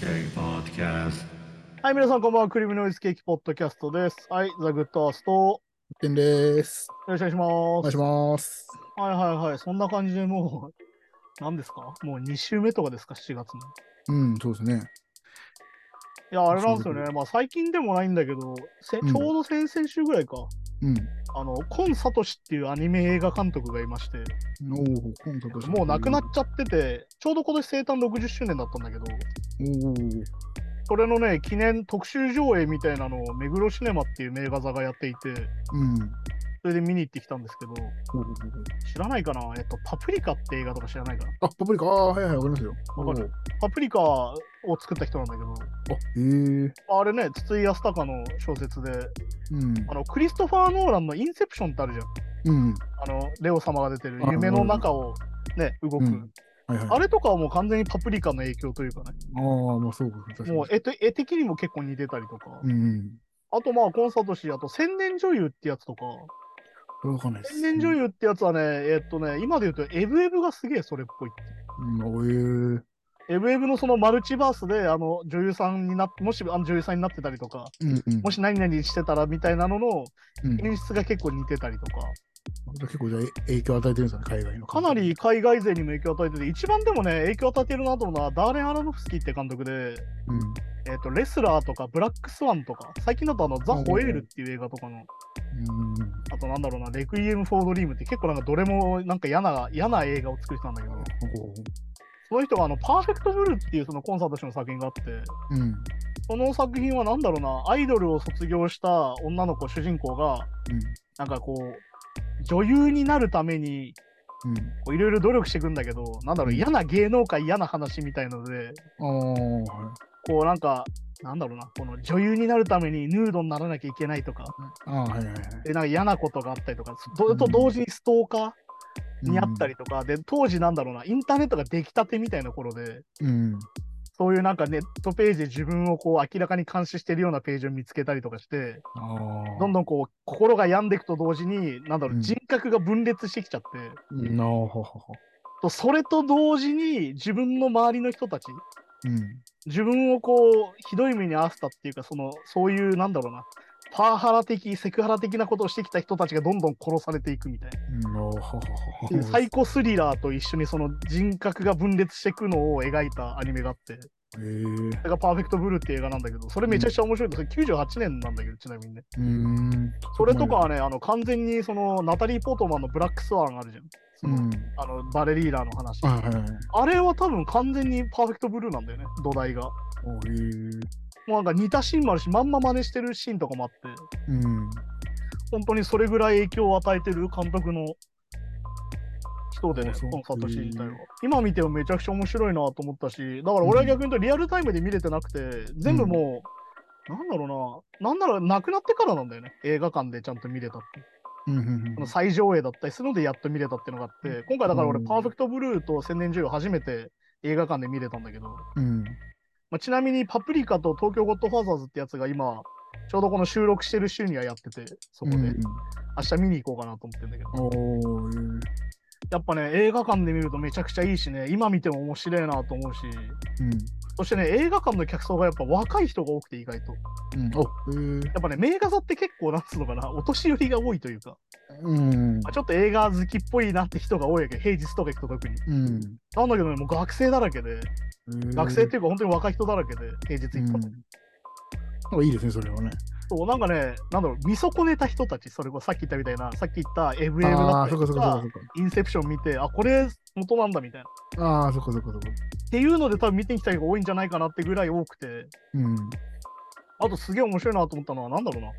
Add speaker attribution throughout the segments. Speaker 1: Cake Podcast.
Speaker 2: はい、皆さんこんばんは。クリームノイズケーキポッドキャストです。はい、ザ・グッドアースト。よ
Speaker 3: 点です。
Speaker 2: ろしくお願いし
Speaker 3: お願
Speaker 2: ます。
Speaker 3: いします。
Speaker 2: はいはいはい。そんな感じでもう、何ですかもう2週目とかですか、7月の。い
Speaker 3: うん、そうですね。
Speaker 2: や、あれなんですよ
Speaker 3: そう
Speaker 2: ね
Speaker 3: で。
Speaker 2: まあ最近でもないんだけど、せち
Speaker 3: うん
Speaker 2: ょうど先々週ぐらいか、
Speaker 3: うん。
Speaker 2: あの、コン・サトシっていうアニメ映画監督がいまして、
Speaker 3: おお、今度
Speaker 2: もう亡くなっ
Speaker 3: ち
Speaker 2: ちゃってて、ちょうど今年生誕60周年だったんだけど、
Speaker 3: おお。
Speaker 2: それのね、記念特集上映みたいなのを目黒シネマっていう名画座がやっていて、
Speaker 3: うん。
Speaker 2: それで見に行ってきたんですけど、知らないかなえっと、パプリカって映画とか知らないかな
Speaker 3: あ、パプリカ、ああー、はいはい、わかりますよ。
Speaker 2: わかるパプリカを作った人なんだけど、
Speaker 3: おー。あ、へえ。
Speaker 2: あれね、筒井康隆の小説で、
Speaker 3: うん。
Speaker 2: あの、クリストファー・ノーランのインセプションってあるじゃん。
Speaker 3: うん。
Speaker 2: あの、レオ様が出てる
Speaker 3: あ
Speaker 2: 夢の中をね、動く。
Speaker 3: うんはいはい。
Speaker 2: あれとかはもう完全にパプリカの影響というかね、
Speaker 3: ああ、まあそうか。確かに
Speaker 2: もう絵と絵的にも結構似てたりとか、
Speaker 3: うん。
Speaker 2: あとまあコンサートし、あと千年女優ってやつとか、
Speaker 3: うん。わかんないです。
Speaker 2: 千年女優ってやつはね、えっとね、今で言うとエブエブがすげえそれっぽいって
Speaker 3: うん。うん、あ
Speaker 2: エブエブのそのマルチバースで、あの、女優さんになっ、もしあの女優さんになってたりとか、
Speaker 3: ええ。うんうん。
Speaker 2: もし何々してたらみたいなのの
Speaker 3: うん、
Speaker 2: 演出が結構似てたりとか、
Speaker 3: 結構じゃあ影響を与えてるんですかね、海外の。
Speaker 2: かな。り海外勢にも影響を与えてて、一番でもね、影響を与えてるなと思うのは、ダーレン・アラノフスキーって監督で、
Speaker 3: うん。
Speaker 2: えっ、と、レスラーとか、ブラックスワンとか、最近だとあの、ザ・ホエールっていう映画とかの、
Speaker 3: うん。
Speaker 2: あとなんだろうな、レクイエム・フォード・リームって結構なんかどれもなんか嫌な、嫌な映画を作ってたんだけど、その人があの、パーフェクト・ブルーっていうそのコンサート誌の作品があって、
Speaker 3: うん。
Speaker 2: その作品は何だろうな、アイドルを卒業した女の子、主人公が、なんかこう、女優になるために、
Speaker 3: うん。
Speaker 2: こういろいろ努力していくんだけど、なんだろう、嫌な芸能界、嫌な話みたいので、
Speaker 3: うん。ああ、はい。
Speaker 2: こうなんか、なんだろうな、この女優になるためにヌードにならなきゃいけないとか、
Speaker 3: ああ、はいはいはい。
Speaker 2: でなんか嫌なことがあったりとか、それと同時にストーカーにあったりとか、で、当時なんだろうな、インターネットが出来たてみたいな頃で、
Speaker 3: うん。
Speaker 2: そういうなんかネットページで自分をこう明らかに監視してるようなページを見つけたりとかして、
Speaker 3: ああ。
Speaker 2: どんどんこう心が病んでいくと同時に、なんだろ
Speaker 3: う
Speaker 2: う、
Speaker 3: ん
Speaker 2: 人格が分裂してきちゃって、
Speaker 3: なあ、ははは。
Speaker 2: とそれと同時に自分の周りの人たち、
Speaker 3: うん。
Speaker 2: 自分をこう、ひどい目に遭わせたっていうか、その、そういう、なんだろうな、パワハラ的、セクハラ的なことをしてきた人たちがどんどん殺されていくみたいな。
Speaker 3: なあ、はは
Speaker 2: っていう
Speaker 3: は。
Speaker 2: サイコスリラーと一緒にその人格が分裂していくのを描いたアニメがあって、そ
Speaker 3: ええ。
Speaker 2: れがパーフェクトブルーっていう映画なんだけど、それめちゃくちゃ面白いんです、それ98年なんだけど、ちなみにね。
Speaker 3: うん。
Speaker 2: それとかはね、あの完全にそのナタリー・ポートマンのブラックスワンあるじゃん。そうの
Speaker 3: ん。
Speaker 2: あのバレリーナの話。
Speaker 3: はいはいはい。
Speaker 2: あれは多分完全にパーフェクトブルーなんだよね、土台が。も
Speaker 3: おえ
Speaker 2: う
Speaker 3: ー。
Speaker 2: なんか似たシーンもあるし、まんま真似してるシーンとかもあって、
Speaker 3: うん。
Speaker 2: 本当にそれぐらい影響を与えてる監督の人でね
Speaker 3: あ、そう
Speaker 2: コンサートシーン自体は。今見てもめちゃくちゃ面白いなと思ったし、だから俺は逆に言うとリアルタイムで見れてなくて、全部もう、なんだろうな、なんならなくなってからなんだよね、映画館でちゃんと見れたっていう。
Speaker 3: うんうん
Speaker 2: その最上映だったりするのでやっと見れたっていうのがあって、今回だから俺、
Speaker 3: うん
Speaker 2: パーフェクトブルーと千年女優初めて映画館で見れたんだけど、ま
Speaker 3: うん。
Speaker 2: あ、ちなみにパプリカと東京ゴッドファーザーズってやつが今、ちょうどこの収録してる週にはやってて、そこで明日見に行こうかなと思ってるんだけど、
Speaker 3: おえー。
Speaker 2: やっぱね、映画館で見るとめちゃくちゃいいしね、今見ても面白いなと思うし、そしてね、映画館の客層がやっぱ若い人が多くて意外と。や
Speaker 3: うん。うん。おえー。
Speaker 2: っぱね、名画座って結構なんつうのかな、お年寄りが多いというか、
Speaker 3: うん
Speaker 2: まあ。ちょっと映画好きっぽいなって人が多いわけど、平日とか行くと特に。
Speaker 3: うん。
Speaker 2: なんだけどね、もう学生だらけで、学生っていうか本当に若い人だらけで、平日
Speaker 3: う
Speaker 2: 行っ
Speaker 3: ん。
Speaker 2: た
Speaker 3: な
Speaker 2: の
Speaker 3: んかいいですね、それはね。
Speaker 2: そう、なんかね、なんだろう、見損ねた人たち、それこそさっき言ったみたいな、さっき言ったエブエブだ
Speaker 3: あ
Speaker 2: っ
Speaker 3: あ、
Speaker 2: た
Speaker 3: そっ
Speaker 2: り
Speaker 3: かそ
Speaker 2: と
Speaker 3: っか
Speaker 2: か
Speaker 3: そっ、か
Speaker 2: インセプション見て、あ、これ元なんだみたいな。っ
Speaker 3: そっか。ああ、そっかそっかそっか。
Speaker 2: ていうので多分見てきた人が多いんじゃないかなってぐらい多くて、
Speaker 3: うん。
Speaker 2: あとすげえ面白いなと思ったのは、なんだろうな。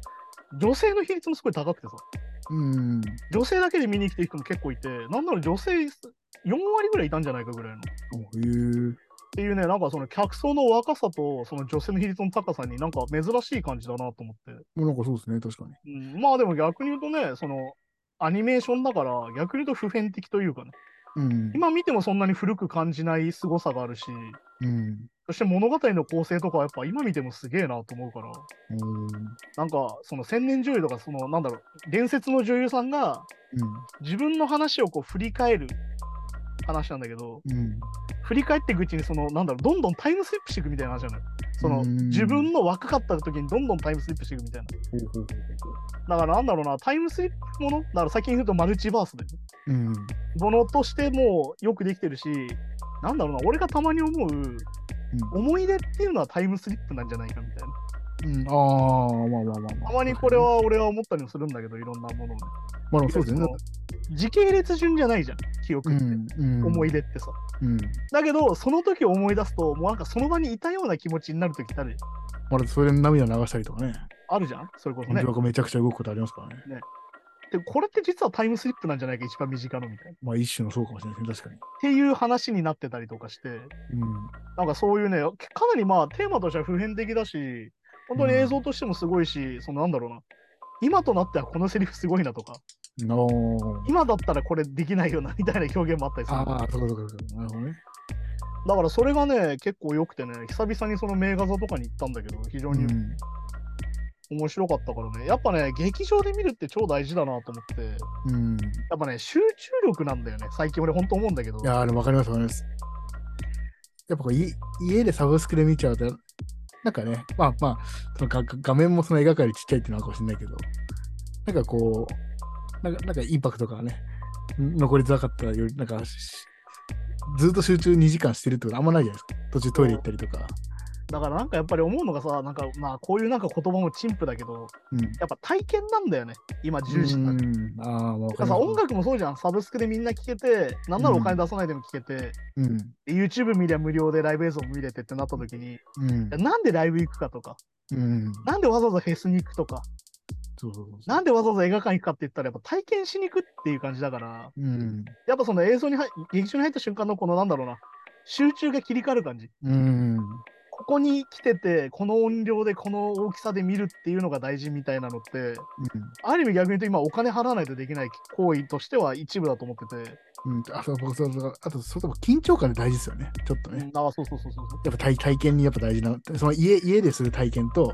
Speaker 2: 女性の比率もすごい高くてさ、
Speaker 3: うん。
Speaker 2: 女性だけで見に来てる人も結構いて、なんなら女性4割ぐらいいたんじゃないかぐらいの。っ
Speaker 3: おえー。
Speaker 2: ていうね、なんかその客層の若さと、その女性の比率の高さになんか珍しい感じだなと思って。
Speaker 3: もうなんかそうですね、確かに。
Speaker 2: うん、まあでも逆に言うとね、そのアニメーションだから逆に言うと普遍的というかね、
Speaker 3: うん。
Speaker 2: 今見てもそんなに古く感じない凄さがあるし、
Speaker 3: うん。
Speaker 2: そして物語の構成とかはやっぱ今見てもすげえなと思うから、なんかその千年女優とか、そのなんだろう、伝説の女優さんが
Speaker 3: うん。
Speaker 2: 自分の話をこう振り返る話なんだけど、
Speaker 3: うん。
Speaker 2: 振り返っていくうちに、その、なんだろう、どんどんタイムスリップしていくみたいな話じゃないその、
Speaker 3: うん
Speaker 2: 自分の若かった時にどんどんタイムスリップしていくみたいな。
Speaker 3: ほうほうほうほ
Speaker 2: だから、なんだろうな、タイムスリップものだから、先に言うとマルチバースで、
Speaker 3: う。うん。
Speaker 2: ものとしてもよくできてるし、なんだろうな、俺がたまに思う、思い出っていうのはタイムスリップなんじゃないかみたいな。
Speaker 3: うん、ああ、まあまあまあまあ。
Speaker 2: たまにこれ。は俺は思ったりもするんだけど、いろんなものをね。
Speaker 3: まあでもそうですね。
Speaker 2: 時系列順じゃないじゃん、記憶
Speaker 3: う
Speaker 2: って。
Speaker 3: ん。うん
Speaker 2: 思い出ってさ。
Speaker 3: うん。
Speaker 2: だけど、その時を思い出すと、もうなんかその場にいたような気持ちになる時ってある
Speaker 3: まだそれで涙流したりとかね。
Speaker 2: あるじゃんそれこそね
Speaker 3: 感。情がめちゃくちゃ動くことありますからね。
Speaker 2: で、これって実はタイムスリップなんじゃないか、一番身近のみたいな。っ
Speaker 3: まあ一種のそうかもしれないですね。確か
Speaker 2: ていう話になってたりとかして、
Speaker 3: に。
Speaker 2: なんかそういうね、かなりまあテーマとしては普遍的だし、本当に映像としてもすごいし、そのなんだろうな。今となってはこのセリフすごいなとか、
Speaker 3: うん。あ
Speaker 2: 今だったらこれできないよなみたいな表現もあったりする。
Speaker 3: あ。ああ、そうかそうかそうか。なるほどね。
Speaker 2: だからそれがね、結構良くてね、久々にその名画座とかに行ったんだけど、非常に
Speaker 3: うん。
Speaker 2: 面白かったからね、やっぱね、劇場で見るって超大事だなと思って、や
Speaker 3: うん。い
Speaker 2: っぱね、集中力なんだよね、最近俺、本当思うんだけど、
Speaker 3: やー、でもわかりますわかります。やっぱこうい家でサブスクで見ちゃうと、なんかね、まあまあ、その画画面もその描かれちっちゃいっていうのはあるかもしれないけど、なんかこう、なんかなんかインパクトがね、ん残りづらかったらより、なんかし、ずっと集中2時間してるってことあんまないじゃないですか。途中トイレ行ったりとか。
Speaker 2: だからなんかやっぱり思うのがさ、なんかまあ、こういうなんか言葉も陳腐だけど、
Speaker 3: うん。
Speaker 2: やっぱ体験なんだよね、今、重視な
Speaker 3: うん
Speaker 2: て。
Speaker 3: ん。ああ、まあわ
Speaker 2: だ
Speaker 3: か
Speaker 2: か
Speaker 3: り
Speaker 2: ら
Speaker 3: ま
Speaker 2: さ、
Speaker 3: す
Speaker 2: 音楽もそうじゃん、サブスクでみんな聴けて、なんならお金出さないでも聴けて、
Speaker 3: うん。
Speaker 2: で YouTube 見りゃ無料でライブ映像も見れてってなった時に、い
Speaker 3: うん
Speaker 2: や。なんでライブ行くかとか、
Speaker 3: うん。
Speaker 2: なんでわざわざフェスに行くとか、
Speaker 3: そうそうそうそう。
Speaker 2: なんでわざわざ映画館行くかって言ったら、やっぱ体験しに行くっていう感じだから、
Speaker 3: うん。
Speaker 2: やっぱその映像に入劇場に入った瞬間のこのなんだろうな集中が切り替わる感じ
Speaker 3: うん。
Speaker 2: ここに来ててこの音量でこの大きさで見るっていうのが大事みたいなのってある意味逆に言うと今お金払わないとできない行為としては一部だと思ってて、
Speaker 3: うん。あ、そうそうそうそう。あと、それとも緊張感で大事ですよね。ちょっと
Speaker 2: う
Speaker 3: ね。
Speaker 2: ん、あそうそうそうそうそう
Speaker 3: やっぱ体体験にやっぱ大事な、その家家でする体験と、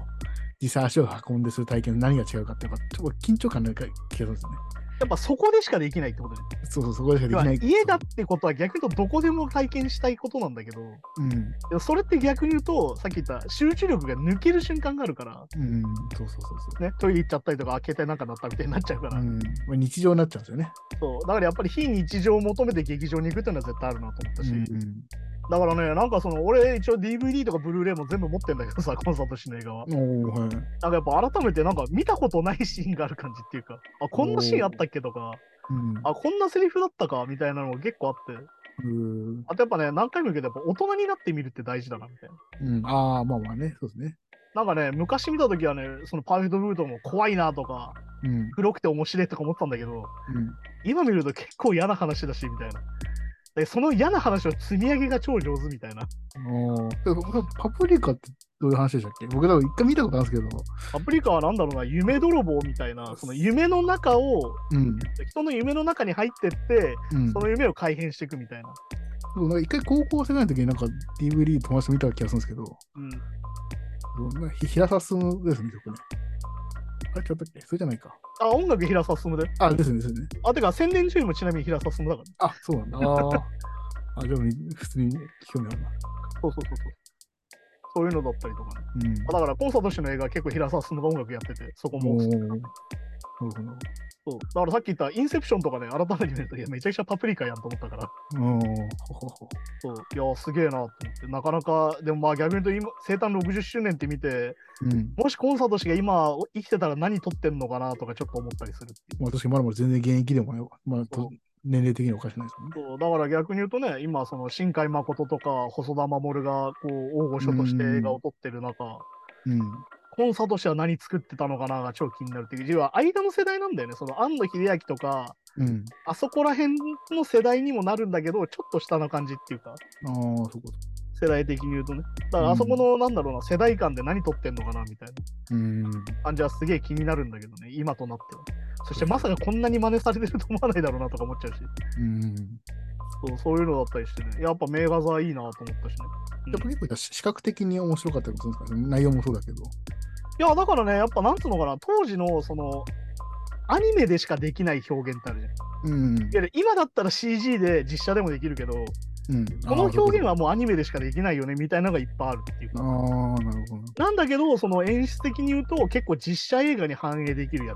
Speaker 3: 実際足を運んでする体験何が違うかって、やっぱちょっと緊張感なんか気がするんですね。
Speaker 2: やっぱそこでしかできないってことね
Speaker 3: そうそう、そこでしかでき
Speaker 2: 要は
Speaker 3: ない。
Speaker 2: 家だってことは逆に言うとどこでも体験したいことなんだけど
Speaker 3: うん。
Speaker 2: でもそれって逆に言うとさっき言った集中力が抜ける瞬間があるから、
Speaker 3: うん。そうそうそう
Speaker 2: ね、トイレ行っちゃったりとか開けてなんかなったみたいになっちゃうか
Speaker 3: そう。
Speaker 2: ら、
Speaker 3: うん。まあ、日常になっちゃうんですよね。
Speaker 2: そうだからやっぱり非日常を求めて劇場に行くっていうのは絶対あるなと思ったし、
Speaker 3: う
Speaker 2: だからねなんかその俺一応 DVD とかブルーレイも全部持ってんだけどさコンサート誌の映画は
Speaker 3: ん。うん。おー、はい。
Speaker 2: なんかやっぱ改めてなんか見たことないシーンがある感じっていうかあこんなシーンあったっけとか
Speaker 3: うん。
Speaker 2: あこんなセリフだったかみたいなのが結構あって
Speaker 3: うー
Speaker 2: あとやっぱね何回も言うけどやっぱ大人になってみるって大事だなみたいな
Speaker 3: うん。ああ、まあまあね。そうですね。
Speaker 2: なんかね昔見た時はねそのパーフェクトブルートも怖いなとか
Speaker 3: うん。
Speaker 2: 黒くて面白いとか思ったんだけど今見ると結構嫌な話だしみたいなでその嫌な話の積み上げが超上手みたいな
Speaker 3: うん。おー。パプリカってどういう話でしたっけ僕、多分一回見たことあるんですけど。
Speaker 2: パプリカはなんだろうな、夢泥棒みたいな、その夢の中を、
Speaker 3: うん。
Speaker 2: 人の夢の中に入ってって、
Speaker 3: うん
Speaker 2: そ。の夢を改変していくみたいな。
Speaker 3: そうなんか一回高校生ぐらいの時になんか DVD 友達と見た気がするんですけど、
Speaker 2: うん、
Speaker 3: そうまあひ平沢進ですね、曲ね。あれ、ちょっとっけそれじゃないか。
Speaker 2: あ、音楽平沢進で。
Speaker 3: あ、ですね、ですね。
Speaker 2: あ、てか、宣伝中にもちなみに平沢進だから。
Speaker 3: あ、そうなんだ。 あーあ、でも普通に興味あるな。
Speaker 2: そうそうそうそう。そういうのだったりとかね。
Speaker 3: うん。
Speaker 2: あだから、コンサート誌の映画は結構平沢進が音楽やってて、そこも
Speaker 3: おー
Speaker 2: そう。
Speaker 3: なるほど。
Speaker 2: だからさっき言ったインセプションとかね、改めて見ると、いや、めちゃくちゃパプリカやんと思ったから。
Speaker 3: うん。ほほほ
Speaker 2: そう。いや、すげえなと思って。なかなか、でもまあ逆に言うと今、生誕60周年って見て、
Speaker 3: うん。
Speaker 2: もしコンサート誌が今生きてたら何撮ってんのかなとかちょっと思ったりするっていう。
Speaker 3: まあ、確かにまだまだ全然現役でもね、まあ、と年齢的におかしくないですもんね。
Speaker 2: そうだから逆に言うとね、今、その新海誠とか細田守がこう大御所として映画を撮ってる中、
Speaker 3: うん。
Speaker 2: コンサート誌は何作ってたのかなが超気になるっていう、要は間の世代なんだよね、その庵野秀明とか、
Speaker 3: うん。
Speaker 2: あそこら辺の世代にもなるんだけど、ちょっと下の感じっていうか、
Speaker 3: ああ、そこ。
Speaker 2: 世代的に言うとね。だからあそこの、なんだろうな、世代間で何撮ってんのかなみたい
Speaker 3: うん。
Speaker 2: な感じはすげえ気になるんだけどね、今となっては。そしてまさかこんなに真似されてると思わないだろうなとか思っちゃうし、
Speaker 3: うん。
Speaker 2: そうそういうのだったりしてね、やっぱ名画座いいなと思ったしね。
Speaker 3: やっぱ結構じゃあ視覚的に面白かったりもするんですかね。内容もそうだけど。
Speaker 2: いや、だからね、やっぱなんつうのかな、当時のその、アニメでしかできない表現ってあるじゃん。い
Speaker 3: うん。
Speaker 2: やで今だったら CG で実写でもできるけど、
Speaker 3: うん。
Speaker 2: この表現はもうアニメでしかできないよねみたいなのがいっぱいあるっていう
Speaker 3: あ
Speaker 2: か。
Speaker 3: ー。あー、なるほど。
Speaker 2: なんだけど、その演出的に言うと結構実写映画に反映できるや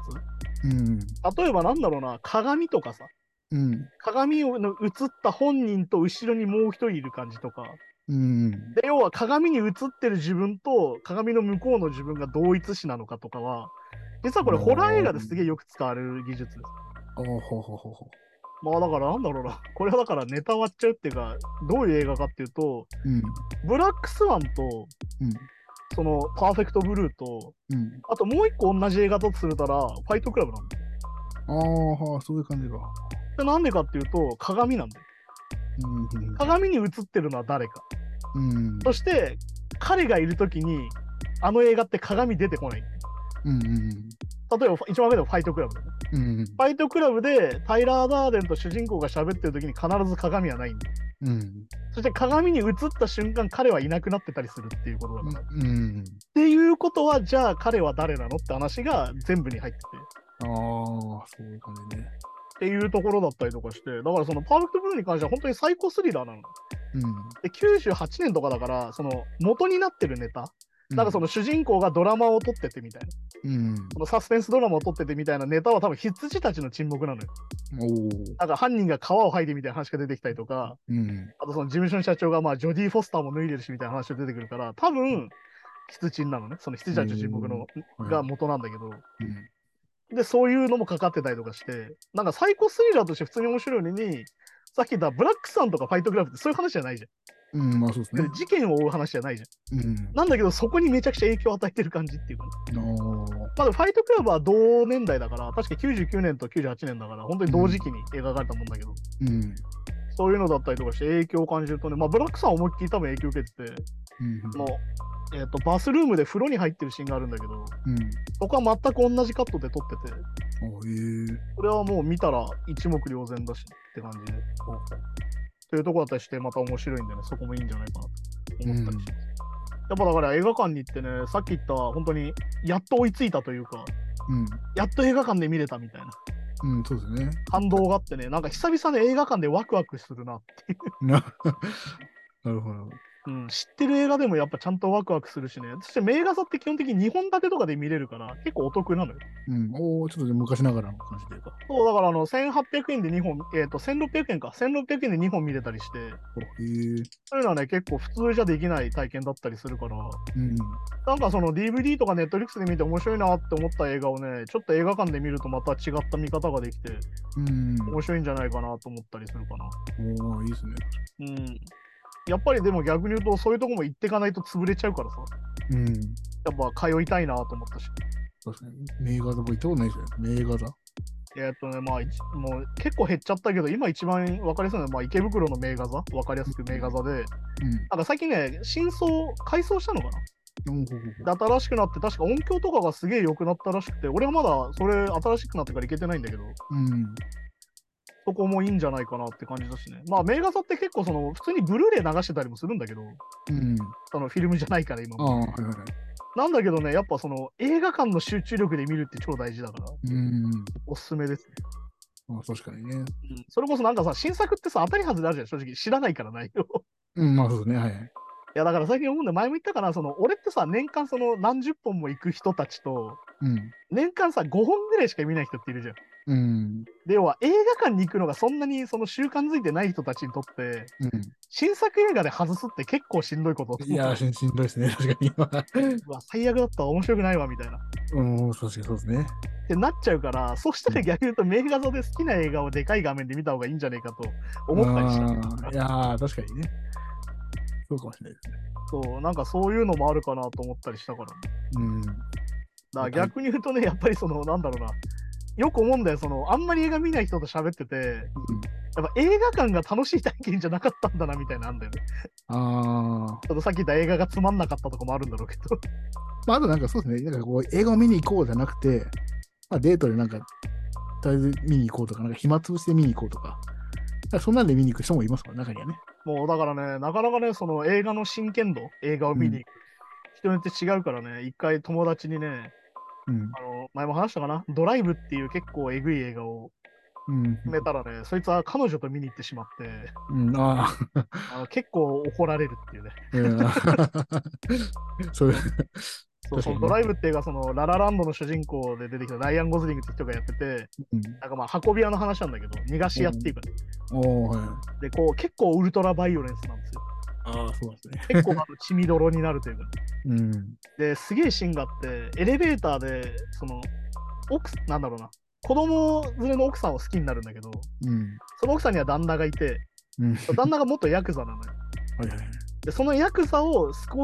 Speaker 2: つ。
Speaker 3: うん。
Speaker 2: 例えばなんだろうな、鏡とかさ、
Speaker 3: うん。
Speaker 2: 鏡の映った本人と後ろにもう一人いる感じとか。
Speaker 3: うん。
Speaker 2: で、要は鏡に映ってる自分と鏡の向こうの自分が同一視なのかとかは、実はこれ
Speaker 3: うん
Speaker 2: ホラー映画ですげえよく使われる技術です。
Speaker 3: おーほうほうほうほ
Speaker 2: まあだからなんだろうな、これはだからネタ割っちゃうっていうか、どういう映画かっていうと、
Speaker 3: う。うん。
Speaker 2: ブラックスワンと、
Speaker 3: うん。
Speaker 2: そのパーフェクトブルーと、
Speaker 3: うん。
Speaker 2: あともう一個同じ映画だとするたら、ファイトクラブなんだよ。
Speaker 3: あーはー、そういう感じか。
Speaker 2: でなんでかっていうと、鏡なんだよ。鏡に映ってるのは誰か。
Speaker 3: うん。うん。
Speaker 2: そして、彼がいるときに、あの映画って鏡出てこない。
Speaker 3: うん。うん。
Speaker 2: 例えば、一番上でもファイトクラブだね。
Speaker 3: うん。
Speaker 2: ファイトクラブでタイラー・ダーデンと主人公が喋ってる時に必ず鏡はないんだよ
Speaker 3: うん。
Speaker 2: そして鏡に映った瞬間彼はいなくなってたりするっていうことだから、っ
Speaker 3: うん。
Speaker 2: ていうことはじゃあ彼は誰なのって話が全部に入ってて
Speaker 3: ああ、そういう感じね。
Speaker 2: っていうところだったりとかしてだからそのパーフェクトブルーに関しては本当に最高スリラーなの
Speaker 3: う
Speaker 2: で98年とかだからその元になってるネタ
Speaker 3: ん。
Speaker 2: なんかそ
Speaker 3: の、
Speaker 2: の主人公がドラマを撮っててみたいな
Speaker 3: うん。
Speaker 2: そのサスペンスドラマを撮っててみたいなネタは多分羊たちの沈黙なのよ
Speaker 3: おお。
Speaker 2: なんか犯人が皮を剥いでみたいな話が出てきたりとか
Speaker 3: うん。
Speaker 2: あとその事務所の社長がまあジョディ・フォスターも脱いでるしみたいな話が出てくるから多分羊チンなのねその羊たちの沈黙のが元なんだけど
Speaker 3: うん。
Speaker 2: でそういうのもかかってたりとかしてなんかサイコスリラーとして普通に面白いのにさっき言ったブラックさんとかファイトクラブってそういう話じゃないじ
Speaker 3: うん、まあそうです
Speaker 2: ゃん、
Speaker 3: ね
Speaker 2: で。事件を追う話じゃないじゃん
Speaker 3: うん。
Speaker 2: なんだけどそこにめちゃくちゃ影響を与えてる感じっていうかね、ま
Speaker 3: お
Speaker 2: あ、でもファイトクラブは同年代だから確か99年と98年だから本当に同時期に描かれたもんだけど、
Speaker 3: うん。
Speaker 2: そういうのだったりとかして影響を感じるとね、まあ、ブラックさんは思いっきり多分影響受けてて
Speaker 3: うん。
Speaker 2: の、えー、とバスルームで風呂に入ってるシーンがあるんだけど
Speaker 3: うん。
Speaker 2: そこは全く同じカットで撮ってて
Speaker 3: おえ
Speaker 2: これはもう見たら一目瞭然だしって感じでというところだったりしてまた面白いんでねそこもいいんじゃないかなと思ったりします、やっぱだから映画館に行ってねさっき言った本当にやっと追いついたというかやっと映画館で見れたみたいな
Speaker 3: うん。うん、そうですね。
Speaker 2: 感動があってねなんか久々に映画館でワクワクするなっていう、
Speaker 3: ななるほど。
Speaker 2: うん、知ってる映画でもやっぱちゃんとワクワクするしねそして名画座って基本的に2本立てとかで見れるから結構お得なのよ
Speaker 3: うん。おお、ちょっと昔ながらの感じというか。
Speaker 2: そう、だからあの、1800円で2本、えっ、と、1600円か、1600円で2本見れたりして、
Speaker 3: おえ
Speaker 2: そういうのはね、結構普通じゃできない体験だったりするから、
Speaker 3: うん。
Speaker 2: なんかその DVD とか Netflix で見て面白いなって思った映画をね、ちょっと映画館で見るとまた違った見方ができて、
Speaker 3: うん。
Speaker 2: 面白いんじゃないかなと思ったりするかな。
Speaker 3: おおいいですね。
Speaker 2: うん。やっぱりでも逆に言うと、そういうとこも行ってかないと潰れちゃうからさ、
Speaker 3: うん。
Speaker 2: やっぱ通いたいなと思ったし。
Speaker 3: 確かに。名画座も行ったことないですよね。名画座。
Speaker 2: えっ、とね、まあ、一もう結構減っちゃったけど、今一番分かりやすいのは、まあ、池袋の名画座、分かりやすく名画座で、
Speaker 3: うん。
Speaker 2: なんか最近ね、真相、改装したのか
Speaker 3: おおほうほう
Speaker 2: なで新しくなって、確か音響とかがすげえ良くなったらしくて、俺はまだそれ新しくなってから行けてないんだけど、
Speaker 3: ほう。うん。
Speaker 2: そこもいいんじゃないかなって感じだしね。まあ、名画座って結構その、普通にブルーレイ流してたりもするんだけど、
Speaker 3: うん。
Speaker 2: そのフィルムじゃないから今
Speaker 3: ああ、
Speaker 2: も。
Speaker 3: はいはいはい。
Speaker 2: なんだけどね、やっぱその映画館の集中力で見るって超大事だから、
Speaker 3: うん。
Speaker 2: おすすめですね。
Speaker 3: まあ確かにね。
Speaker 2: それこそなんかさ、新作ってさ、当たり外れあるじゃん、正直。知らないから内容。
Speaker 3: うん、まあそうですね。はい。
Speaker 2: いや、だから最近思うんだよ前も言ったかな、その、俺ってさ、年間その何十本も行く人たちと、
Speaker 3: うん。
Speaker 2: 年間さ、5本ぐらいしか見ない人っているじゃん。
Speaker 3: うん。
Speaker 2: で要は映画館に行くのがそんなにその習慣づいてない人たちにとって
Speaker 3: う
Speaker 2: 新作映画で外すって結構しんどいことだと
Speaker 3: ん。
Speaker 2: 思
Speaker 3: い
Speaker 2: った
Speaker 3: やー、しんしんどいですね。 確かに今。
Speaker 2: うわ最悪だったわ面白くないわみたいなっ
Speaker 3: うん、確かにそうですね。
Speaker 2: てなっちゃうからそしたら逆に言うと名画像で好きな映画をでかい画面で見た方がいいんじゃねえかと思ったりした
Speaker 3: たいやー、確かにね。そうかもしれないですね。
Speaker 2: そうなんかそういうのもあるかなと思ったりしたから
Speaker 3: うん。
Speaker 2: だから逆に言うとねやっぱりそのなんだろうなよく思うんだよそのあんまり映画見ない人と喋っててやっぱ映画館が楽しい体験じゃなかったんだなみたいなのあんだよね
Speaker 3: ああ。
Speaker 2: ちょっとさっき言った映画がつまんなかったとかもあるんだろうけど
Speaker 3: まあ、あとなんかそうですね。なんかこう、映画を見に行こうじゃなくて、まあ、デートでなんか、とりあえず見に行こうとか、なんか暇つぶしで見に行こうとか。だからそんなんで見に行く人もいますもん、中にはね。
Speaker 2: もうだからね、なかなかね、その映画の真剣度、映画を見に行く、人によって違うからね、一回友達にね、
Speaker 3: うん。
Speaker 2: あの前も話したかな、ドライブっていう結構えぐい映画を
Speaker 3: うん。
Speaker 2: 決めたらね、そいつは彼女と見に行ってしまって、
Speaker 3: うん、ああ、
Speaker 2: あの結構怒られるっていうね。
Speaker 3: うん。そういう。
Speaker 2: そうその
Speaker 3: 確かにね
Speaker 2: ドライブっていうか、そのララランドの主人公で出てきたライアン・ゴズリングって人がやってて、
Speaker 3: うん、
Speaker 2: なんかまあ運び屋の話なんだけど、逃がし屋っていうか、
Speaker 3: おお、はい。
Speaker 2: でこう結構ウルトラバイオレンスなんですよ。
Speaker 3: ああ、そうですね。
Speaker 2: 結構あの血みどろになるというか。
Speaker 3: うん。
Speaker 2: ですげえシーンがあって、エレベーターで、その、奥、なんだろうな、子供連れの奥さんを好きになるんだけど、
Speaker 3: うん。
Speaker 2: その奥さんには旦那がいて、
Speaker 3: うん。
Speaker 2: 旦那が元ヤクザなのよ。
Speaker 3: はいはい。
Speaker 2: でそのヤクザを救う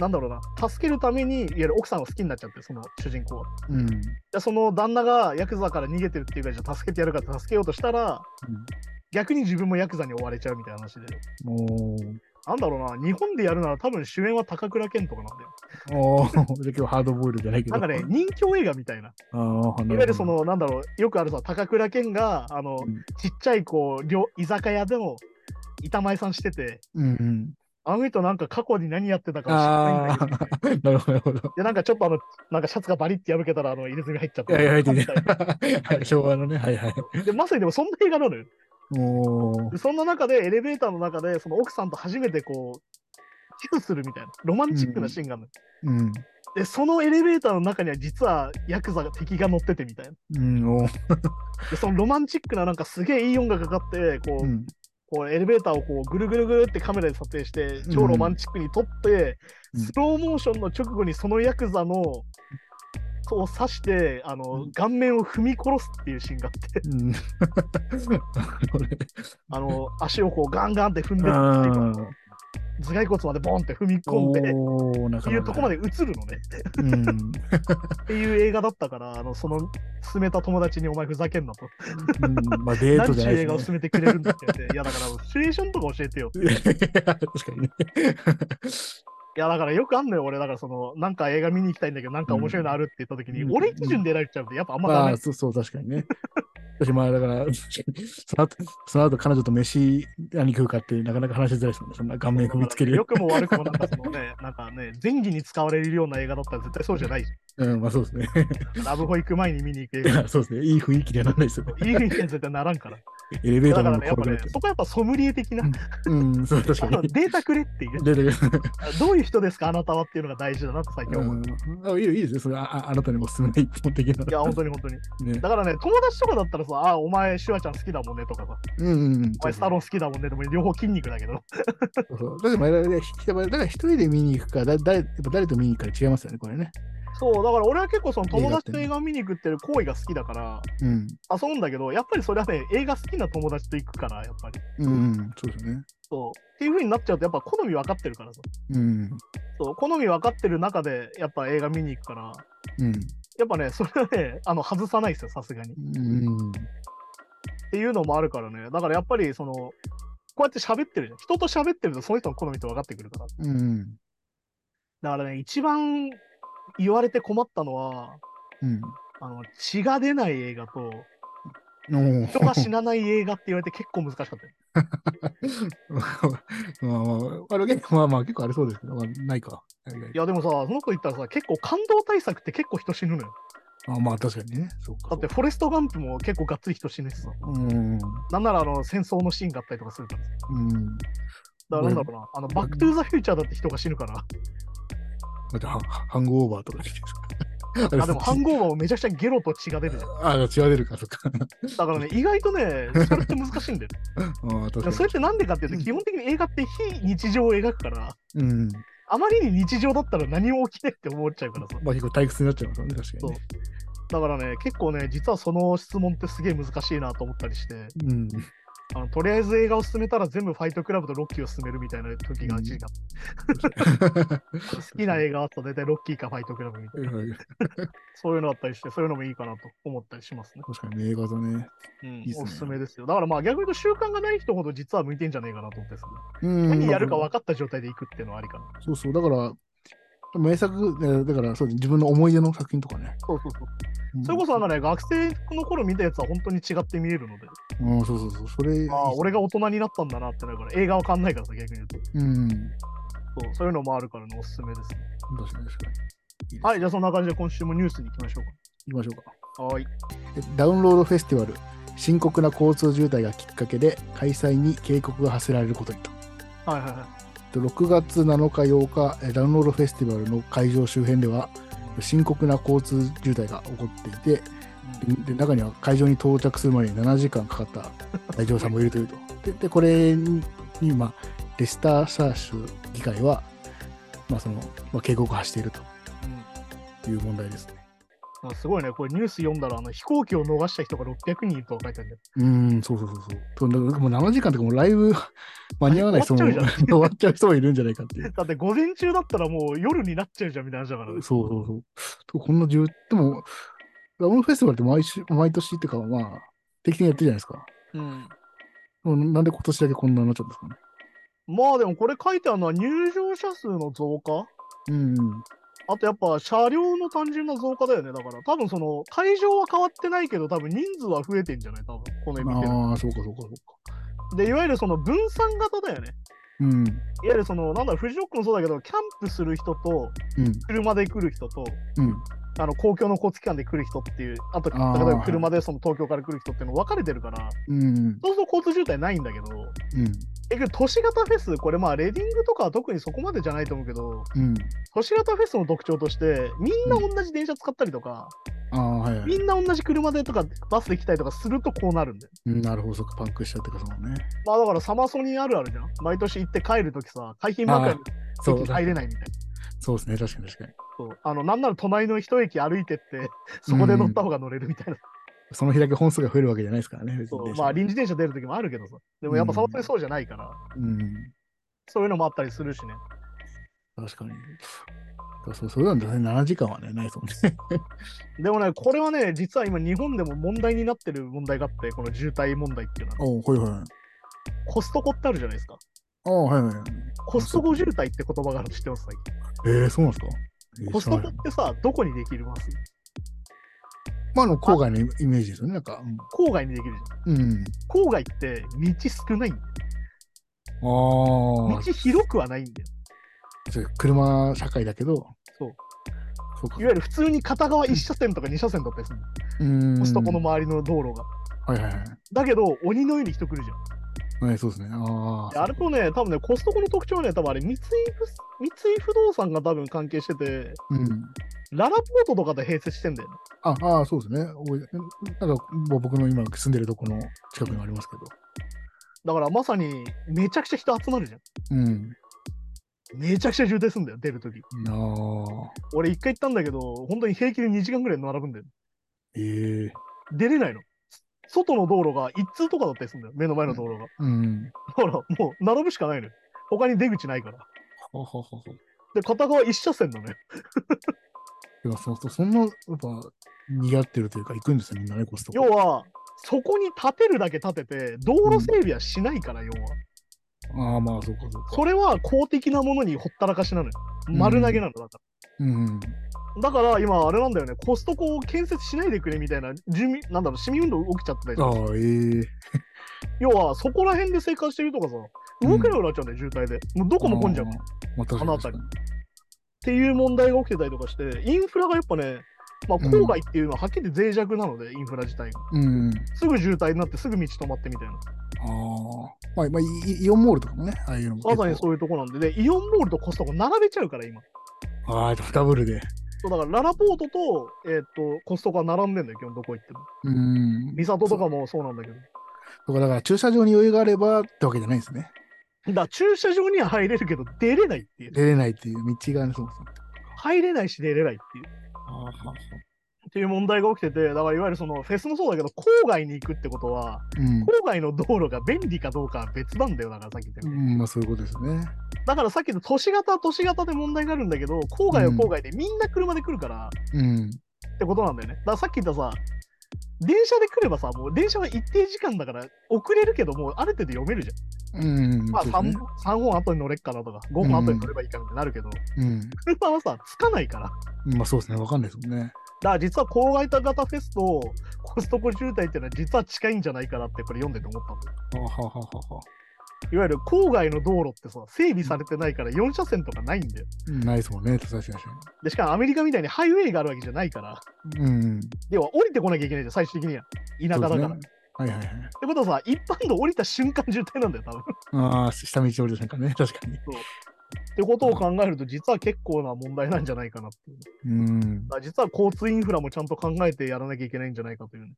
Speaker 2: なんだろうな助けるためにいわゆる奥さんを好きになっちゃってその主人公は
Speaker 3: うん。
Speaker 2: でその旦那がヤクザから逃げてるっていうからじゃあ助けてやるからって助けようとしたら逆に自分もヤクザに追われちゃうみたいな話で
Speaker 3: お
Speaker 2: なんだろうな日本でやるなら多分主演は高倉健とかなんだよ
Speaker 3: お。 おお。じゃあ今日ハードボイルじゃないけど。
Speaker 2: なんかね人形映画みたいな
Speaker 3: ああ、
Speaker 2: いわゆるそ、のなんだろうよくあるさ高倉健があの、
Speaker 3: うん
Speaker 2: ちっちゃいこう料居酒屋でも板前さんしてて
Speaker 3: うんうん。
Speaker 2: あの人なんか過去に何やってたか知らない
Speaker 3: あ
Speaker 2: んだけど
Speaker 3: あ、なるほど、なるほど。
Speaker 2: で、なんかちょっとあの、なんかシャツがバリって破けたら、あの、入れ墨入っちゃっ
Speaker 3: い
Speaker 2: た。
Speaker 3: やいや、入って
Speaker 2: みたい
Speaker 3: ね。はい昭和のね、はいはい。
Speaker 2: なで、まさにでもそんな映画なのよ。
Speaker 3: おお。
Speaker 2: でそんな中で、エレベーターの中で、その奥さんと初めてこう、キスするみたいな、ロマンチックなシーンがあるのよ、
Speaker 3: うん。
Speaker 2: で、そのエレベーターの中には、実はヤクザが敵が乗っててみたいな。
Speaker 3: うん、おお。
Speaker 2: で、そのロマンチックな、なんかすげえいい音楽がかかって、こう、
Speaker 3: うん
Speaker 2: こうエレベーターをこうぐるぐるぐるってカメラで撮影して、超ロマンチックに撮って、
Speaker 3: うん
Speaker 2: スローモーションの直後にそのヤクザの、を刺してあの、
Speaker 3: うん
Speaker 2: 顔面を踏み殺すっていうシーンがあ って
Speaker 3: うん。
Speaker 2: あの足をこうガンガンって踏んで
Speaker 3: ああ。
Speaker 2: 頭蓋骨までボンって踏み込んでっ
Speaker 3: おお、な
Speaker 2: て
Speaker 3: か
Speaker 2: い
Speaker 3: な
Speaker 2: う
Speaker 3: か。
Speaker 2: とこまで映るのね
Speaker 3: うん。
Speaker 2: っていう映画だったからあのその勧めた友達にお前ふざけんなと
Speaker 3: うんまあ、デート
Speaker 2: 何
Speaker 3: じ
Speaker 2: ち
Speaker 3: ゃ
Speaker 2: ゅ
Speaker 3: な
Speaker 2: う
Speaker 3: い
Speaker 2: 映画を
Speaker 3: です
Speaker 2: 勧め
Speaker 3: ね。
Speaker 2: てくれるんだって言っていやだからシチュエーションとか教えてよ
Speaker 3: 確かにね。
Speaker 2: いやだからよくあんのよ俺だからそのなんか映画見に行きたいんだけどなんか面白いのあるって言った時に、
Speaker 3: うん
Speaker 2: 俺基準で選べちゃうとやっぱあんまダ
Speaker 3: ま
Speaker 2: メ、
Speaker 3: あ、そうそう、確かにね。私、まあ、だから、 その後、その後彼女と飯、何食うかって、なかなか話しづらいですもんね。そんな顔面踏みつけ
Speaker 2: よ
Speaker 3: る。
Speaker 2: くも悪くもなんかそのねなんかね前儀に使われるような映画だったら絶対そうじゃないじ
Speaker 3: うん、まあ、そうですね。
Speaker 2: ゃんラブホ行く前に見に行く映
Speaker 3: い
Speaker 2: 画
Speaker 3: や、そうですね。いい雰囲気にはならないですよ。
Speaker 2: いい雰囲気には絶対ならんから
Speaker 3: エレベータ
Speaker 2: だ
Speaker 3: ー
Speaker 2: か
Speaker 3: の
Speaker 2: ら
Speaker 3: も
Speaker 2: ねやっぱ
Speaker 3: 転が
Speaker 2: ね
Speaker 3: る
Speaker 2: そこはやっぱソムリエ的な
Speaker 3: うん、そう、確
Speaker 2: あ
Speaker 3: か
Speaker 2: の
Speaker 3: に。
Speaker 2: データくれっていう、
Speaker 3: 出てくる。
Speaker 2: どういう人ですか、あなたはっていうのが大事だなって最近思う。
Speaker 3: うん、あいいいいですね。それあああなたにおすすめな一本的な。
Speaker 2: いや、本当に本当に。
Speaker 3: ね、
Speaker 2: だからね、友達とかだったらさ、あ、お前、シュワちゃん好きだもんねとかさ、
Speaker 3: うんうんうん。
Speaker 2: お前、スタロー好きだもんねでも、両方筋肉だけど。
Speaker 3: そうそうだから、だからひだから一人で見に行くか、だ誰やっぱ誰と見に行くか違いますよね、これね。
Speaker 2: そう、だから俺は結構、その友達と映画を見に行くっていう行為が好きだから、
Speaker 3: うん。
Speaker 2: 遊ぶんだけど、やっぱりそれはね、映画好きな友達と行くから、やっぱり。
Speaker 3: うん、うん、そうですよね。
Speaker 2: そう。っていう風になっちゃうと、やっぱ好み分かってるからさ。
Speaker 3: うん。
Speaker 2: そう、好み分かってる中で、やっぱ映画見に行くから、
Speaker 3: うん。
Speaker 2: やっぱね、それはね、あの外さないですよ、さすがに。
Speaker 3: うん。
Speaker 2: っていうのもあるからね。だからやっぱりその、こうやって喋ってるじゃん。人と喋ってるとその人の好みって分かってくるから。
Speaker 3: うん。
Speaker 2: だからね、一番言われて困ったのは、
Speaker 3: うん。
Speaker 2: あの血が出ない映画と、
Speaker 3: お
Speaker 2: 人が死なない映画って言われて結構難しかったよ。
Speaker 3: まあまあ、あれ結構まあまあ結構ありそうですけど、まあ、ないか。
Speaker 2: いやでもさ、その子言ったらさ、結構感動対策って結構人死ぬのよ。
Speaker 3: あまあ確かにね。そうか。
Speaker 2: だってフォレストガンプも結構がっつり人死ぬしさ。
Speaker 3: うん。
Speaker 2: なんならあの戦争のシーンがあったりとかするからさ。
Speaker 3: うん。
Speaker 2: だからなんだろうな、あのバックトゥーザフューチャーだって人が死ぬから。
Speaker 3: だってハンハングオーバーとか出てる
Speaker 2: あ、でもハン
Speaker 3: グ
Speaker 2: ゴーバーもめちゃくちゃゲロと血が出るじゃん。
Speaker 3: あ、血は出るか、そっか。
Speaker 2: だからね、意外とね、それって難しいんだ よ。
Speaker 3: ああ、確
Speaker 2: い
Speaker 3: か
Speaker 2: や
Speaker 3: に。
Speaker 2: それってなんでかっていうと、基本的に映画って非日常を描くから、
Speaker 3: うん。
Speaker 2: あまりに日常だったら何も起きないって思っちゃうからさ。
Speaker 3: まあ結構退屈になっちゃいますよね、確かにね。
Speaker 2: だからね、結構ね、実はその質問ってすげえ難しいなと思ったりして、
Speaker 3: うん。
Speaker 2: あのとりあえず映画を進めたら全部ファイトクラブとロッキーを進めるみたいな時が、
Speaker 3: うん
Speaker 2: 時が好きな映画あったら大体ロッキーかファイトクラブみたいな、そういうのあったりして、そういうのもいいかなと思ったりしますね。
Speaker 3: 確かにね映画だね。
Speaker 2: うん
Speaker 3: いいっすね
Speaker 2: おすすめですよ。だからまあ逆に言うと習慣がない人ほど実は向いてんじゃねえかなと思ってさ、
Speaker 3: うん
Speaker 2: 何やるか分かった状態で行くっていうのはありかな。
Speaker 3: そうそう、だから、名作、えーだからそう自分の思い出の作品とかね。
Speaker 2: そうそうそう。
Speaker 3: うん
Speaker 2: それこそなんかね、学生の頃見たやつは本当に違って見えるので、
Speaker 3: うん、そうそうそう。それ、
Speaker 2: ああ、俺が大人になったんだなってなるから、映画は変わんないからさ、逆に言うと。
Speaker 3: うん。
Speaker 2: そうそういうのもあるからね、おすすめですね。
Speaker 3: 確かに確かに。いいです
Speaker 2: はい、じゃあそんな感じで今週もニュースに行きましょ
Speaker 3: 行きましょうか。
Speaker 2: うか。はい。
Speaker 3: でダウンロードフェスティバル深刻な交通渋滞がきっかけで開催に警告が発せられることにと
Speaker 2: はいはいはい。
Speaker 3: で6月7日8日えダウンロードフェスティバルの会場周辺では深刻な交通渋滞が起こっていてでで中には会場に到着するまでに7時間かかった来場者もいるというとででこれに、まあ、レスターシャーシュ議会は、まあそのまあ、警告を発している
Speaker 2: うんうん
Speaker 3: という問題ですね
Speaker 2: あすごいね、これニュース読んだら、あの飛行機を逃した人が600人いるとか書いてあるんだよ。
Speaker 3: うーん、そうそうそうそう。そうだからもう7時間とかもうライブ 間に合わない人も
Speaker 2: 終
Speaker 3: 終
Speaker 2: わっ
Speaker 3: わっちゃう人もいるんじゃないかっていう。
Speaker 2: だって午前中だったらもう夜になっちゃうじゃんみたいな話だからね、
Speaker 3: そうそうそう。とこんな重、でも、ラムフェスティバルって毎週、毎年っていうか、まあ、定期的にやってるじゃないですか。
Speaker 2: うん。
Speaker 3: もうなんで今年だけこんなになっちゃったんですかね。
Speaker 2: まあでもこれ書いてあるのは入場者数の増加
Speaker 3: うん、うん。
Speaker 2: あとやっぱ車両の単純な増加だよね。だから多分その会場は変わってないけど多分人数は増えてんじゃない多分この絵見てる。
Speaker 3: ああ、そうかそうかそうか。
Speaker 2: で、いわゆるその分散型だよね。
Speaker 3: うん。
Speaker 2: いわゆるそのなんだろう、フジロックもそうだけど、キャンプする人と、
Speaker 3: うん。
Speaker 2: 車で来る人と、
Speaker 3: うん。
Speaker 2: あの公共の交通機関で来る人っていう、あと、例
Speaker 3: あー
Speaker 2: えば車でその東京から来る人っていうの分かれてるから、
Speaker 3: うん。
Speaker 2: そうすると交通渋滞ないんだけど、
Speaker 3: うん。
Speaker 2: え、けど都市型フェス、これまあ、レディングとかは特にそこまでじゃないと思うけど、
Speaker 3: うん。
Speaker 2: 都市型フェスの特徴として、みんな同じ電車使ったりとか、
Speaker 3: ああ、はいはい
Speaker 2: み。んな同じ車でとかバスで来たりとかするとこうなるんだよ。
Speaker 3: うんなるほど、そっか、パンクしちゃってか、そのね。
Speaker 2: まあだからサマソニーあるあるじゃん。毎年行って帰るときさ、海浜幕会
Speaker 3: そう
Speaker 2: に、入れないみたいな。
Speaker 3: そうですね、確かに確かに。
Speaker 2: そうあのなんなら隣の一駅歩いてって、そこで乗った方が乗れるみたいな。
Speaker 3: その日だけ本数が増えるわけじゃないですからね、別
Speaker 2: そう
Speaker 3: に。
Speaker 2: まあ臨時電車出るときもあるけどさ。でもやっぱサマソニーそうじゃないから、
Speaker 3: うん。
Speaker 2: そういうのもあったりするしね。
Speaker 3: 確かに。だからそう、それなんだね。7時間はね、ないと思うね。
Speaker 2: でもね、これはね、実は今日本でも問題になってる問題があって、この渋滞問題っていうのは。
Speaker 3: おうはいはい。
Speaker 2: コストコってあるじゃないですか。
Speaker 3: あはいはい。
Speaker 2: コストコ渋滞って言葉があるの知ってます最近
Speaker 3: えー、そうなんですか、えー
Speaker 2: コスト
Speaker 3: 知
Speaker 2: コ
Speaker 3: ら
Speaker 2: っ
Speaker 3: ない
Speaker 2: てさ、どこにできるます
Speaker 3: まあ、あの、郊外のイメージですよね、なんか。
Speaker 2: 郊外にできるじゃん。
Speaker 3: うん。
Speaker 2: 郊外って道少ないんだよ。
Speaker 3: あ
Speaker 2: 道
Speaker 3: あ、
Speaker 2: 広くはないんだよ。
Speaker 3: それ車社会だけど。
Speaker 2: そう。
Speaker 3: そうか
Speaker 2: い。わゆる普通に片側1車線とか2車線だったりするの
Speaker 3: うん
Speaker 2: コストコの。周りの道路が。
Speaker 3: はいはいはい。
Speaker 2: だけど、鬼のように人来るじゃん。
Speaker 3: はい、そうですね。あ
Speaker 2: で
Speaker 3: あ。
Speaker 2: あれとね、多分ね、コストコの特徴はね、多分あれ、三井不三井不動産が多分関係してて、
Speaker 3: うん。
Speaker 2: ララポートとかで併設してんだよね。
Speaker 3: ああー、そうですね。おいなんか、もう僕の今住んでるとこの近くにもありますけど。
Speaker 2: だからまさに、めちゃくちゃ人集まるじゃん。
Speaker 3: うん。
Speaker 2: めちゃくちゃ渋滞すんだよ、出るとき。
Speaker 3: ああ。
Speaker 2: 俺、一回行ったんだけど、本当に平気で2時間ぐらい並ぶんだよ。
Speaker 3: ええ
Speaker 2: 出れないの。外の道路が一通とかだったりするんだよ、目の前の道路が。
Speaker 3: うん。
Speaker 2: だから、もう並ぶしかないのよ。他に出口ないから。
Speaker 3: はははは。
Speaker 2: で、片側一車線なのよ。
Speaker 3: てかそうそうそんな、やっぱ、似合ってるというか、行くんですよ、みんなね、コストコ。
Speaker 2: 要は、そこに建てるだけ建てて、道路整備はしないから、要は。
Speaker 3: ああ、まあ、そうか、そうか。
Speaker 2: それは公的なものにほったらかしなのよ。丸投げなのだか
Speaker 3: うん。
Speaker 2: ら。だから今、あれなんだよね、コストコを建設しないでくれみたいな、住民、なんだろう、市民運動起きちゃったり
Speaker 3: あ
Speaker 2: とか
Speaker 3: あ、ええ
Speaker 2: 要は、そこら辺で生活してるとかさ、動けなくなっちゃうんだよ、渋滞で。もうどこも混んじゃう。っ
Speaker 3: あーまあ、確か
Speaker 2: あの
Speaker 3: に
Speaker 2: 辺りていう問題が起きてたりとかして、インフラがやっぱね、まあ、
Speaker 3: うん
Speaker 2: 郊外っていうのははっきり脆弱なので、インフラ自体が。
Speaker 3: うん。
Speaker 2: すぐ渋滞になって、すぐ道止まってみたいな。
Speaker 3: ああ。まあ、まあ、イイオンモールとかもね、ああいうのも
Speaker 2: ま
Speaker 3: 結構。
Speaker 2: さにそういうとこなんで、で、イオンモールとコストコ並べちゃうから、今。
Speaker 3: ああ、ダブルで。
Speaker 2: そうだから、ララポートと、えーっと、コストコは並んでんだよ、基本どこ行っても。
Speaker 3: うん。
Speaker 2: ミサトとかもそうなんだけど。
Speaker 3: とか、だから、駐車場に余裕があればってわけじゃないんですね。
Speaker 2: だから駐車場には入れるけど出れないっていう。
Speaker 3: 出れないっていう道がね、そうそう。
Speaker 2: 入れないし出れないっていう。
Speaker 3: ああ、
Speaker 2: っていう問題が起きてて、だからいわゆるそのフェスもそうだけど、郊外に行くってことは、
Speaker 3: うん。
Speaker 2: 郊外の道路が便利かどうかは別なんだよ、だからさっき言ったよう
Speaker 3: う
Speaker 2: に
Speaker 3: ん、まあ、そういうことですね。
Speaker 2: だからさっきの都市型は都市型で問題があるんだけど、郊外は郊外でみんな車で来るから
Speaker 3: うん。
Speaker 2: ってことなんだよね。だからさっき言ったさ、電車で来ればさ、もう電車は一定時間だから遅れるけど、もうある程度読めるじゃん。
Speaker 3: うん。
Speaker 2: まあ
Speaker 3: そうです
Speaker 2: 3,
Speaker 3: ね
Speaker 2: 3本後に乗れっかなとか、5本後に乗ればいいかなってなるけど、車はさ、つかないから。
Speaker 3: うん。まあ、そうですね。わかんないですもんね。
Speaker 2: だから実は郊外型フェスとコストコ渋滞っていうのは実は近いんじゃないかなってこれ読んでて思ったんだよ
Speaker 3: ははははは。
Speaker 2: いわゆる郊外の道路ってさ、整備されてないから4車線とかないんだよ。
Speaker 3: ないですもんね、確かに確か
Speaker 2: で、しかもアメリカみたいにハイウェイがあるわけじゃないから、
Speaker 3: に。うん。
Speaker 2: 要は降りてこなきゃいけないじゃん、最終的には。田舎だか
Speaker 3: そうで
Speaker 2: ら。
Speaker 3: すねはいはいはい。
Speaker 2: ってことはさ、一般道降りた瞬間渋滞なんだよ、多分。
Speaker 3: ああ、下道降りた瞬間ね、確かに。
Speaker 2: ってことを考えると、実は結構な問題なんじゃないかなっていう。
Speaker 3: うん。
Speaker 2: まあ実は交通インフラもちゃんと考えてやらなきゃいけないんじゃないかというね、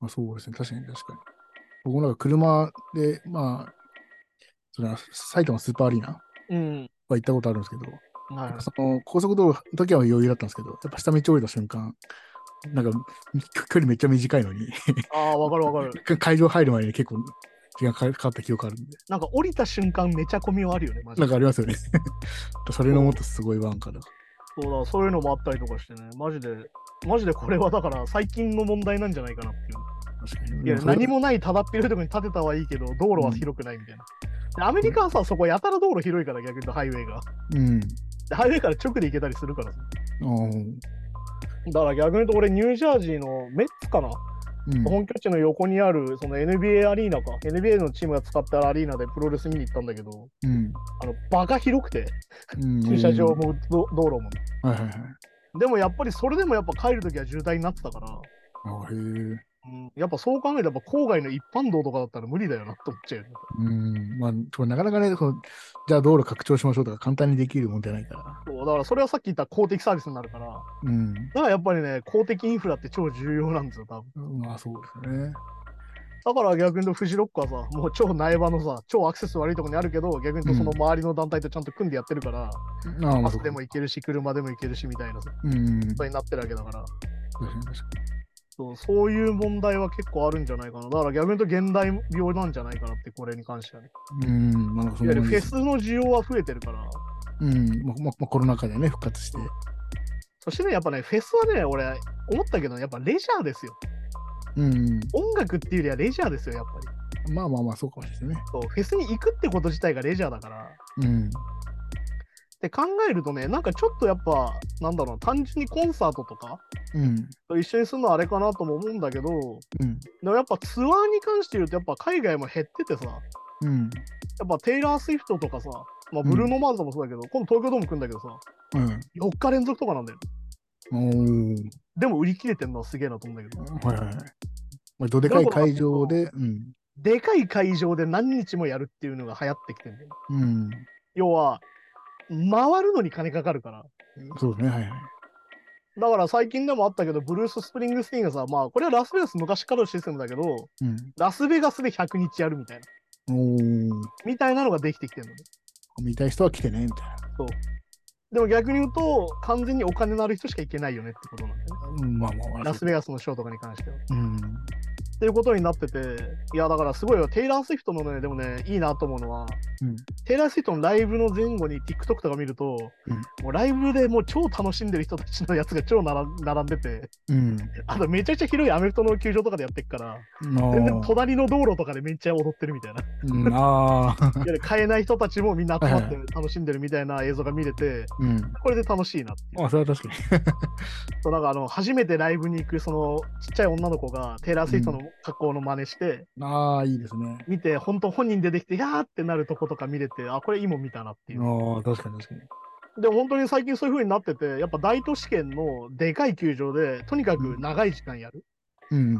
Speaker 3: まあ、そうですね、確かに確かに。僕もなんか車で、まあ、それは埼玉スーパーアリーナは
Speaker 2: うん。
Speaker 3: 行ったことあるんですけど、
Speaker 2: はい。
Speaker 3: その高速道路の時は余裕だったんですけど、やっぱ下道降りた瞬間、なんか距離めっちゃ短いのに、
Speaker 2: ああ、わかるわかる。
Speaker 3: 会場入る前に結構時間かかった記憶あるんで、
Speaker 2: なんか降りた瞬間めちゃ混みはあるよね、マジ
Speaker 3: な
Speaker 2: で
Speaker 3: ん。かありますよね。 それのもっとすごいワンカだ。
Speaker 2: そうだ、そういうのもあったりとかしてね、マジで、マジでこれはだから最近の問題なんじゃないかなっていう。
Speaker 3: 確かに。
Speaker 2: いや、何もないただっぴろいとこに建てたはいいけど、道路は広くないみたいな。でアメリカはさ、そこやたら道路広いから逆に言うとハイウェイが。
Speaker 3: うん。
Speaker 2: でハイウェイから直で行けたりするからさ。
Speaker 3: うん。
Speaker 2: だから逆に言うと俺、ニュージャージーのメッツかな、
Speaker 3: うん。
Speaker 2: 本拠地の横にあるその NBA アリーナか、NBA のチームが使ったアリーナでプロレス見に行ったんだけど、
Speaker 3: うん。
Speaker 2: あのバカ広くて、
Speaker 3: うん
Speaker 2: 駐車場もど道路も、ね。
Speaker 3: はいはいはい。
Speaker 2: でもやっぱりそれでもやっぱ帰るときは渋滞になってたから、
Speaker 3: あへえ。
Speaker 2: うん、やっぱそう考えれば郊外の一般道とかだったら無理だよなと思っちゃうよね。
Speaker 3: うん。まあ、これなかなかね、このじゃあ道路拡張しましょうとか簡単にできるもんじゃないから。
Speaker 2: そうだからそれはさっき言った公的サービスになるから、だか
Speaker 3: うん。
Speaker 2: らやっぱりね、公的インフラって超重要なんですよ、多分。
Speaker 3: まあ、そうですよね。
Speaker 2: だから逆に言うとフジロックはさ、もう超苗場のさ、超アクセス悪いところにあるけど、逆に言うとその周りの団体とちゃんと組んでやってるから、
Speaker 3: ああ、まあ、
Speaker 2: バ
Speaker 3: そ
Speaker 2: ス
Speaker 3: う
Speaker 2: でも行けるし、車でも行けるしみたいなさ
Speaker 3: うん。確
Speaker 2: こと
Speaker 3: か
Speaker 2: になってるわけだから、
Speaker 3: に確か
Speaker 2: そうそういう問題は結構あるんじゃないかな。だから逆に言うと現代病なんじゃないかなって、これに関してはね。
Speaker 3: にうん。まあ、そ
Speaker 2: いわゆる
Speaker 3: の
Speaker 2: フェスの需要は増えてるから、
Speaker 3: うん。まあ、まあ、コロナ禍でね、復活して。
Speaker 2: そしてね、やっぱね、フェスはね、俺、思ったけど、やっぱレジャーですよ。
Speaker 3: うん。
Speaker 2: 音楽っていうよりはレジャーですよ、やっぱり。
Speaker 3: まあまあまあ、そうかもしれないね。
Speaker 2: そうフェスに行くってこと自体がレジャーだから。
Speaker 3: うん。
Speaker 2: で考えるとね、なんかちょっとやっぱ、なんだろう、単純にコンサートとか
Speaker 3: うん。
Speaker 2: と一緒にするのはあれかなとも思うんだけど、
Speaker 3: うん。
Speaker 2: でもやっぱツアーに関して言うと、やっぱ海外も減っててさ、や
Speaker 3: うん。
Speaker 2: っぱテイラー・スウィフトとかさ、まあ、ブルーノ・マーズもそうだけど、今度東京ドーム来るんだけどさ、4日連続とかなんだよ。
Speaker 3: うん。おー。
Speaker 2: でも売り切れてんのはすげえなと思うんだけど、
Speaker 3: はいはいはい。まあ、どでかい会場で、うん。
Speaker 2: でかい会場で何日もやるっていうのが流行ってきてんだよ。
Speaker 3: うん。
Speaker 2: 要は、回るのに金かかるから。
Speaker 3: そうですね、はいはい。
Speaker 2: だから最近でもあったけど、ブルース・スプリングスティーンがさ、まあこれはラスベガス昔からのシステムだけど、ラスベガスで100日やるみたいな、
Speaker 3: うん。おー。
Speaker 2: みたいなのができてきてるのね。
Speaker 3: 見たい人は来てね、みたいな。
Speaker 2: でも逆に言うと、完全にお金のある人しか行けないよねってことなんだよね。
Speaker 3: うん、まあまあまあ。
Speaker 2: ラスベガスのショーとかに関しては。っ
Speaker 3: うん。
Speaker 2: ていうことになってて、いやだからすごいよ、テイラー・スウィフトのね、でもね、いいなと思うのは、
Speaker 3: うん
Speaker 2: テイラー・スウィフトのライブの前後に TikTok とか見ると、
Speaker 3: うん
Speaker 2: もうライブでもう超楽しんでる人たちのやつが超並ん 並んでて、
Speaker 3: うん。
Speaker 2: あとめちゃくちゃ広いアメフトの球場とかでやってっから、
Speaker 3: あ
Speaker 2: 全然隣の道路とかでめっちゃ踊ってるみたい な。
Speaker 3: うん、ああ。
Speaker 2: いわゆる買えない人たちもみんな集まっ
Speaker 3: はい
Speaker 2: て楽しんでるみたいな映像が見れて、
Speaker 3: うん。
Speaker 2: これで楽しいなっていう。
Speaker 3: まあ、それは確か
Speaker 2: そうなんかあの初めてライブに行くそのちっちゃい女の子がテイラー・スイートの格好の真似して、
Speaker 3: に。ああ、いいですね。
Speaker 2: 見て、本当本人出てきて、やーってなるとことか見れて、あ、これいいもん見たなっていう。
Speaker 3: ああ、確かに確かに。
Speaker 2: でも本当に最近そういう風になってて、やっぱ大都市圏のでかい球場で、とにかく長い時間やる。
Speaker 3: うん。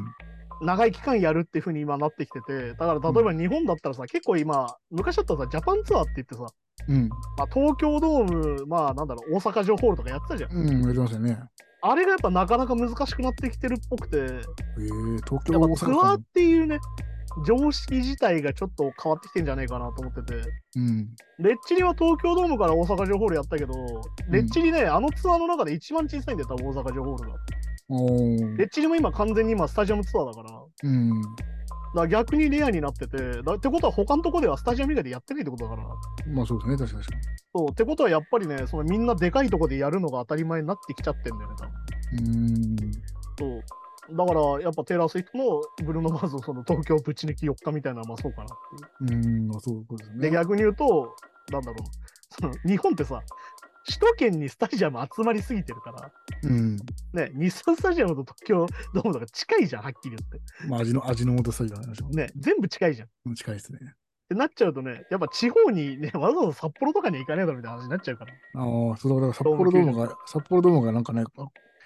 Speaker 2: 長い期間やるっていう風に今なってきてて、だから例えば日本だったらさ、結構今、昔だったらさ、ジャパンツアーって言ってさ、
Speaker 3: うん。
Speaker 2: まあ、東京ドーム、まあなんだろう、大阪城ホールとかやってたじゃん。
Speaker 3: うん、やりましたね。
Speaker 2: あれがやっぱなかなか難しくなってきてるっぽくて、
Speaker 3: ええ東京
Speaker 2: やっ
Speaker 3: 大
Speaker 2: ぱツアー
Speaker 3: 阪
Speaker 2: っ。ていうね、常識自体がちょっと変わってきてんじゃないかなと思ってて、
Speaker 3: うん。
Speaker 2: レッチリは東京ドームから大阪城ホールやったけど、レッチリね、あのツアーの中で一番小さいんだよ、多分大阪城ホールが。
Speaker 3: おー
Speaker 2: レッチリも今完全に今スタジアムツアーだから、だか
Speaker 3: うん。
Speaker 2: ら逆にレアになってて、だってことは他のとこではスタジアム以外でやってないってことだから。
Speaker 3: まあ、そうですね、確かに確か
Speaker 2: そう、ってことはやっぱりね、そのみんなでかいとこでやるのが当たり前になってきちゃってんだよね、多分。
Speaker 3: に。うん。
Speaker 2: そう。だから、やっぱテイラー・スウィフトのブルーノ・マーズのその東京ぶち抜き4日みたいなのはまあそうかなっていう
Speaker 3: うん、まあ、そうですね。
Speaker 2: で、逆に言うと、なんだろう、その日本ってさ、首都圏にスタジアム集まりすぎてるから、
Speaker 3: うん。
Speaker 2: ね、日産スタジアムと東京ドームとか近いじゃん、はっきり言って。
Speaker 3: まあ、味の、味の素そういう話もね。
Speaker 2: ね、全部近いじゃん。
Speaker 3: 近いですね。
Speaker 2: てなっちゃうとね、やっぱ地方にね、わざわざ札幌とかに行かねえだろみたいな話になっちゃうから。
Speaker 3: ああ、そうだ、だから札幌ドームが、札幌ドームがなんかね、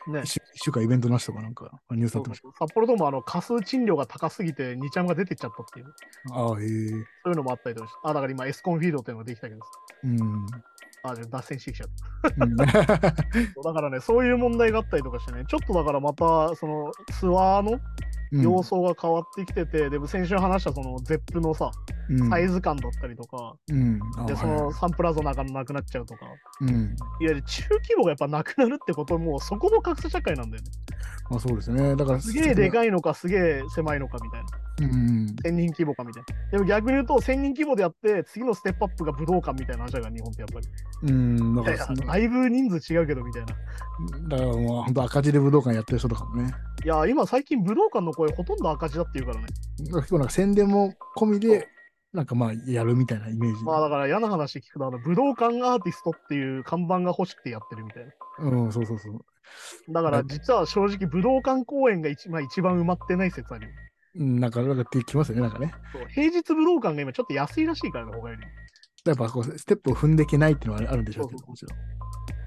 Speaker 2: ね
Speaker 3: 一。週一週間イベントなしとかなんか、ニュース
Speaker 2: そ
Speaker 3: だっ
Speaker 2: う
Speaker 3: てまし
Speaker 2: そう札幌ドームはあの仮数賃料が高すぎて2ちゃんが出てっちゃったっていう、
Speaker 3: た。ああ、へ
Speaker 2: そう
Speaker 3: え。
Speaker 2: いうのもあったりとかして、あ、だから今エスコンフィールドっていうのができたけどさ、
Speaker 3: うん。
Speaker 2: あ、じゃあ脱線してきちゃった。
Speaker 3: うん
Speaker 2: そうだからね、そういう問題があったりとかしてね、ちょっとだからまた、そのツアーの 様相が変わってきてて、で、先週話したその ZEP のさ、
Speaker 3: うん
Speaker 2: サイズ感だったりとか、
Speaker 3: うん。あ
Speaker 2: で、そ
Speaker 3: はいは
Speaker 2: の
Speaker 3: い
Speaker 2: サンプラザなんかなくなっちゃうとか、
Speaker 3: うん。
Speaker 2: いわゆる中規模がやっぱなくなるってことも、そこも格差社会なんだよね。
Speaker 3: まあそうですね。だから、
Speaker 2: すげえでかいのか、すげえ狭いのかみたいな、
Speaker 3: うん。
Speaker 2: 1000人規模かみたいな。でも逆に言うと、1000人規模でやって、次のステップアップが武道館みたいな話だから、日本ってやっぱり。
Speaker 3: うん。だ
Speaker 2: い
Speaker 3: か
Speaker 2: やい
Speaker 3: ら
Speaker 2: や
Speaker 3: その、
Speaker 2: だいぶ人数違うけどみたいな。
Speaker 3: だからもう本当赤字で武道館やってる人とかもね。
Speaker 2: いや、今最近武道館の声ほとんど赤字だって言うからね。
Speaker 3: だから結構なんか宣伝も込みで、なんかまあやるみたいなイメージ。
Speaker 2: まあだから嫌な話聞くと、あの武道館アーティストっていう看板が欲しくてやってるみたいな。
Speaker 3: うん、そうそうそう。
Speaker 2: だから
Speaker 3: うん
Speaker 2: 実は正直武道館公演が一,、まあ、一番埋まってない説あるよ。
Speaker 3: うんなんか、なんかってきますよね、なんかね。
Speaker 2: そう平日武道館が今ちょっと安いらしいからね、他より。
Speaker 3: やっぱこう、ステップを踏んでいけないっていうのはあるんでしょうけど、
Speaker 2: そう
Speaker 3: もちろん。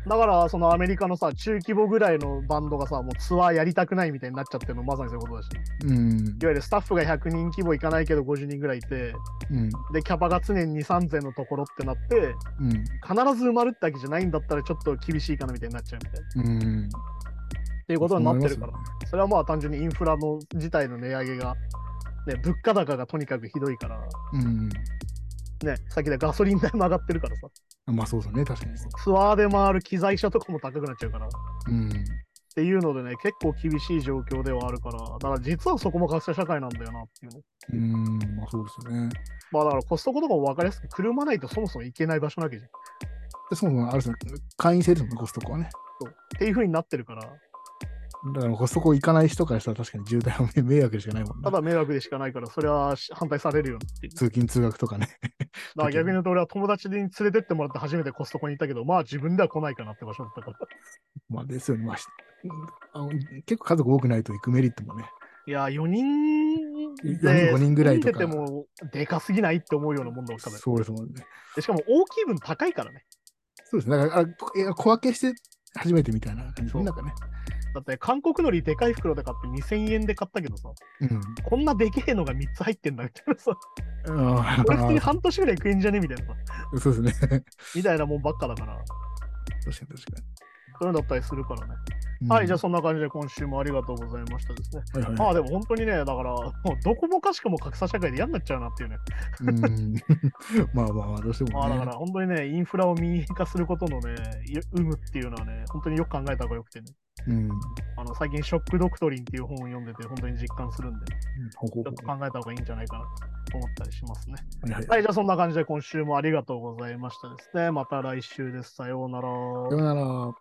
Speaker 2: だからそのアメリカのさ、中規模ぐらいのバンドがさ、もうツアーやりたくないみたいになっちゃってるのまさにそういうことだし、
Speaker 3: うん
Speaker 2: い。わゆるスタッフが100人規模いかないけど50人ぐらいいて、
Speaker 3: うん。
Speaker 2: で、キャパが常に2、3000のところってなって、
Speaker 3: うん。
Speaker 2: 必ず埋まるってわけじゃないんだったらちょっと厳しいかなみたいになっちゃうみたいな。
Speaker 3: うん。
Speaker 2: っていうことになってるから
Speaker 3: そうなり。
Speaker 2: それはまあ単純にインフラの自体の値上げが、ね、物価高がとにかくひどいから、
Speaker 3: うん。
Speaker 2: ね、さっきでガソリン代も上がってるからさ、
Speaker 3: まあそうだね、確かに。
Speaker 2: ツアーで回る機材車とかも高くなっちゃうからっ
Speaker 3: うん。
Speaker 2: ていうのでね、結構厳しい状況ではあるから、だから実はそこも格差社会なんだよなっていうね。
Speaker 3: うん、まあそうですよね。
Speaker 2: まあだからコストコとかも分かりやすく、車ないとそもそも行けない場所なわけじゃん。っ
Speaker 3: で、そもそもあれですね、会員制ですもんね、コストコはね。
Speaker 2: ていう風になってるから、
Speaker 3: だからコストコ行かない人からしたら確かに渋滞は迷惑でしかないもん
Speaker 2: た
Speaker 3: ね。
Speaker 2: だ迷惑でしかないから、それは反対されるよねっていう。
Speaker 3: 通勤通学とかね。
Speaker 2: だから逆に言うと俺は友達に連れてってもらって初めてコストコに行ったけど、まあ自分では来ないかなって場所だったから。
Speaker 3: まあですよね、まあしあの結構家族多くないと行くメリットもね。
Speaker 2: いや、4人
Speaker 3: 四人五人ぐらいとか
Speaker 2: 見てても、でかすぎないって思うようなもんだもん、多分
Speaker 3: そうですもんね。
Speaker 2: でしかも大きい分高いからね。
Speaker 3: そうですね、だからあこえ小分けして初めてみたいな感じ
Speaker 2: そう
Speaker 3: なんかね。
Speaker 2: だって、韓国海苔でかい袋で買って2000円で買ったけどさ、
Speaker 3: うん。
Speaker 2: こんなでけえのが3つ入ってんだみたいなさ、
Speaker 3: あ
Speaker 2: これ普通に半年ぐらい食えんじゃねみたいなさ、
Speaker 3: あ、 そうですね。
Speaker 2: みたいなもんばっかだから、
Speaker 3: 確かに確か
Speaker 2: そういうのだったりするからね。
Speaker 3: に。
Speaker 2: はい、じゃあ
Speaker 3: あ、
Speaker 2: そんな感じで今週もありがとうございましたですね。
Speaker 3: はいはい
Speaker 2: まあでも本当にね、だから、もうどこもかしくも格差社会で嫌になっちゃうなっていうね。
Speaker 3: うん。 まあまあまあ、どうして
Speaker 2: ま
Speaker 3: も
Speaker 2: あだ
Speaker 3: ね。
Speaker 2: から本当にね、インフラを民営化することのね、有無っていうのはね、本当によく考えた方がよくてね。
Speaker 3: うん。
Speaker 2: あの最近、ショック・ドクトリンっていう本を読んでて、本当に実感するんで、ち
Speaker 3: ほうほう
Speaker 2: ょっと考えた方がいいんじゃないかなと思ったりしますね。
Speaker 3: はいはい。
Speaker 2: はい、じゃあそんな感じで今週もありがとうございましたですね。また来週です。さようなら。
Speaker 3: さよなら。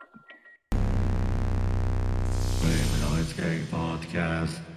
Speaker 1: Wave Noise Gang Podcast.